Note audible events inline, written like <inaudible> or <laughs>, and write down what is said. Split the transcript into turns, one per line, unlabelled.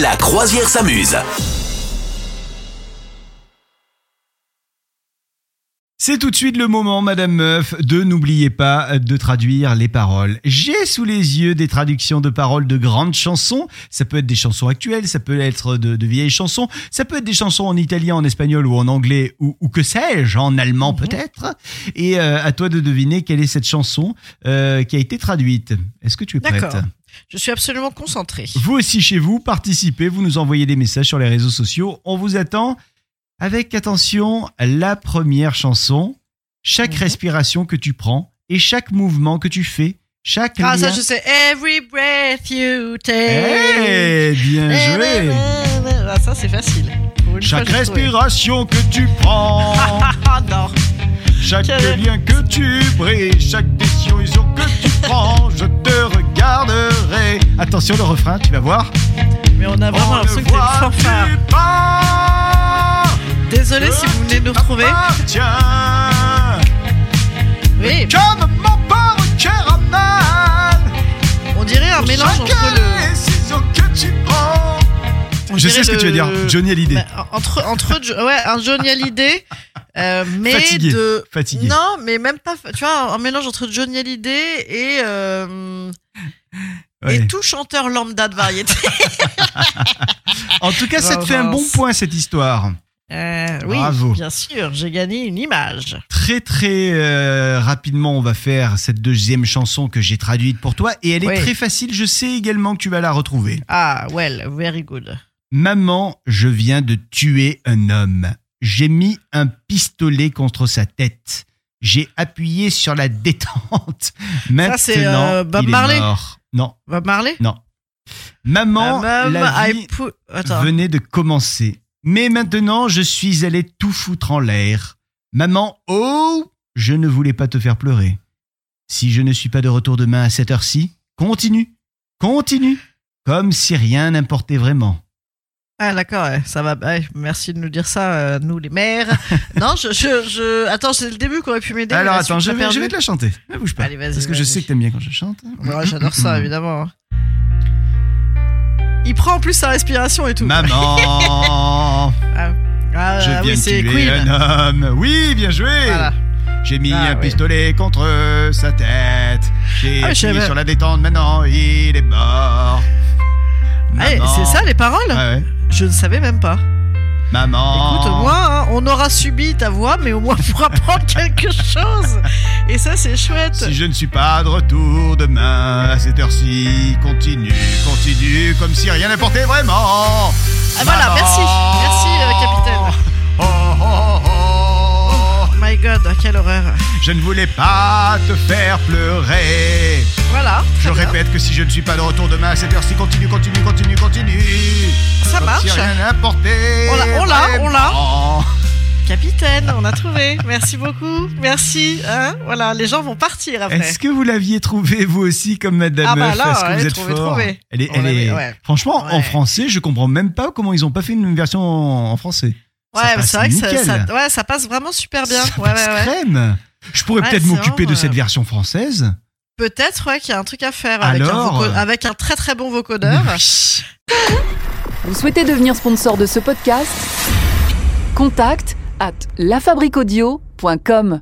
La croisière s'amuse.
C'est tout de suite le moment, Madame Meuf, de n'oubliez pas de traduire les paroles. J'ai sous les yeux des traductions de paroles de grandes chansons. Ça peut être des chansons actuelles, ça peut être de, de vieilles chansons, ça peut être des chansons en italien, en espagnol ou en anglais ou, ou que sais-je, en allemand peut-être. Et euh, à toi de deviner quelle est cette chanson euh, qui a été traduite. Est-ce que tu es prête
D'accord. Je suis absolument concentrée.
Vous aussi chez vous, participez, vous nous envoyez des messages sur les réseaux sociaux. On vous attend avec attention la première chanson. Chaque
Mhm.
respiration que tu prends et chaque mouvement que tu fais, chaque
Ah, ça,
lien-
je sais. Every breath you take.
Eh, bien
Eh, eh,
joué.
eh, eh. Ah, ça, c'est facile. Pour une
Chaque
fois, j'ai trouvé.
respiration que tu prends,
<laughs> Ah non.
chaque
Quel-
lien que tu brilles, chaque décision que tu prends, je te regarderai. Attention le refrain, tu vas voir.
Mais on a Ah, vraiment
On ne
l'impression que c'est une
voit-tu
fanfare.
pas
Désolé si vous venez de nous retrouver.
Ah, Tiens, ah.
Oui,
comme mon pauvre caramel.
on dirait un mélange
Chacun
entre le.
décision que tu prends.
on
Je
dirait
sais ce que tu
le-
veux dire. Johnny Hallyday.
Bah, entre, entre, Jo- ouais, un Johnny Hallyday, euh, mais
Fatigué.
de.
Fatigué.
Non, mais même pas. Tu vois, un mélange entre Johnny Hallyday et. euh,
Ouais.
Et tout chanteur lambda de variété.
En tout cas, ça te
Bravo.
fait un bon point cette histoire.
Euh, oui,
Bravo.
bien sûr, j'ai gagné une image.
Très très euh, rapidement, on va faire cette deuxième chanson que j'ai traduite pour toi et elle est
Oui.
très facile. Je sais également que tu vas la retrouver.
Ah, well, very good.
Maman, je viens de tuer un homme. J'ai mis un pistolet contre sa tête. J'ai appuyé sur la détente. Maintenant,
c'est, euh, Bob
il est
Marley
mort. Non,
Va parler
maman,
Ah, mum,
la vie
I put- Attends.
venait de commencer. Mais maintenant, je suis allé tout foutre en l'air. Maman, oh, je ne voulais pas te faire pleurer. Si je ne suis pas de retour demain à cette heure-ci, continue, continue, comme si rien n'importait vraiment.
Ah, d'accord, ouais, ça va. ouais, merci de nous dire ça, euh, nous
<laughs>
les mères. non, je, je, je- Attends, c'est le début qu'on aurait pu m'aider. mais
Alors
la
attends,
suite,
je
j'ai
vais, je
perdu.
vais te la chanter. Ne bouge pas.
Allez, vas-y,
Parce que je
vas-y.
sais que t'aimes bien quand je chante.
Ouais,
<laughs>
J'adore ça, évidemment. hein. Il prend en plus sa respiration et tout. <laughs>
Maman,
Ah,
je
euh,
viens
oui,
de
c'est
tuer
Queen.
un homme. Oui, bien joué.
Voilà.
J'ai mis
Ah,
un
ouais.
pistolet contre sa tête. J'ai
Ah, je
appuyé
savais.
sur la détente. Maintenant, il est mort.
Ah, et
Maman. Ah
c'est ça les paroles
Ouais, ouais.
Je ne savais même pas.
Maman.
Écoute, au moins, hein, on aura subi ta voix, mais au moins pour apprendre <laughs> quelque chose. Et ça, c'est chouette.
Si je ne suis pas de retour demain à cette heure-ci, continue, continue, comme si rien n'importait vraiment.
Ah, voilà, merci. Merci, euh, capitaine.
Oh, oh, oh.
My God, quelle horreur.
Je ne voulais pas te faire pleurer.
Voilà.
Je
très bien.
répète que si je ne suis pas de retour demain à cette heure-ci, continue, continue, continue, continue.
Ça
Comme
marche.
Si rien n'importait.
On l'a- on l'a, on l'a.
vraiment.
Capitaine, on a trouvé. Merci beaucoup. Merci. hein. voilà, les gens vont partir après.
Est-ce que vous l'aviez trouvé vous aussi comme Madame
Ah bah
Meuf
là,
Est-ce que
ouais,
vous êtes
trouvé,
fort
trouvé.
Elle est,
On
elle
l'avait,
est-
ouais.
Franchement, en
Ouais.
français, je comprends même pas comment ils ont pas fait une version en, en français. Ça
Ouais, mais
passe
c'est vrai que ça,
nickel.
ça- ouais, ça passe vraiment super bien.
Ça
Ouais,
passe
ouais, ouais.
crème. Je pourrais
Ouais,
peut-être
c'est
m'occuper de
vraiment,
cette
euh,
version française.
Peut-être ouais, qu'il y a un truc à faire avec,
Alors euh,
un, voco- avec un très très bon vocodeur.
Oui.
Vous souhaitez devenir sponsor de ce podcast Contact à lafabriquaudio.com.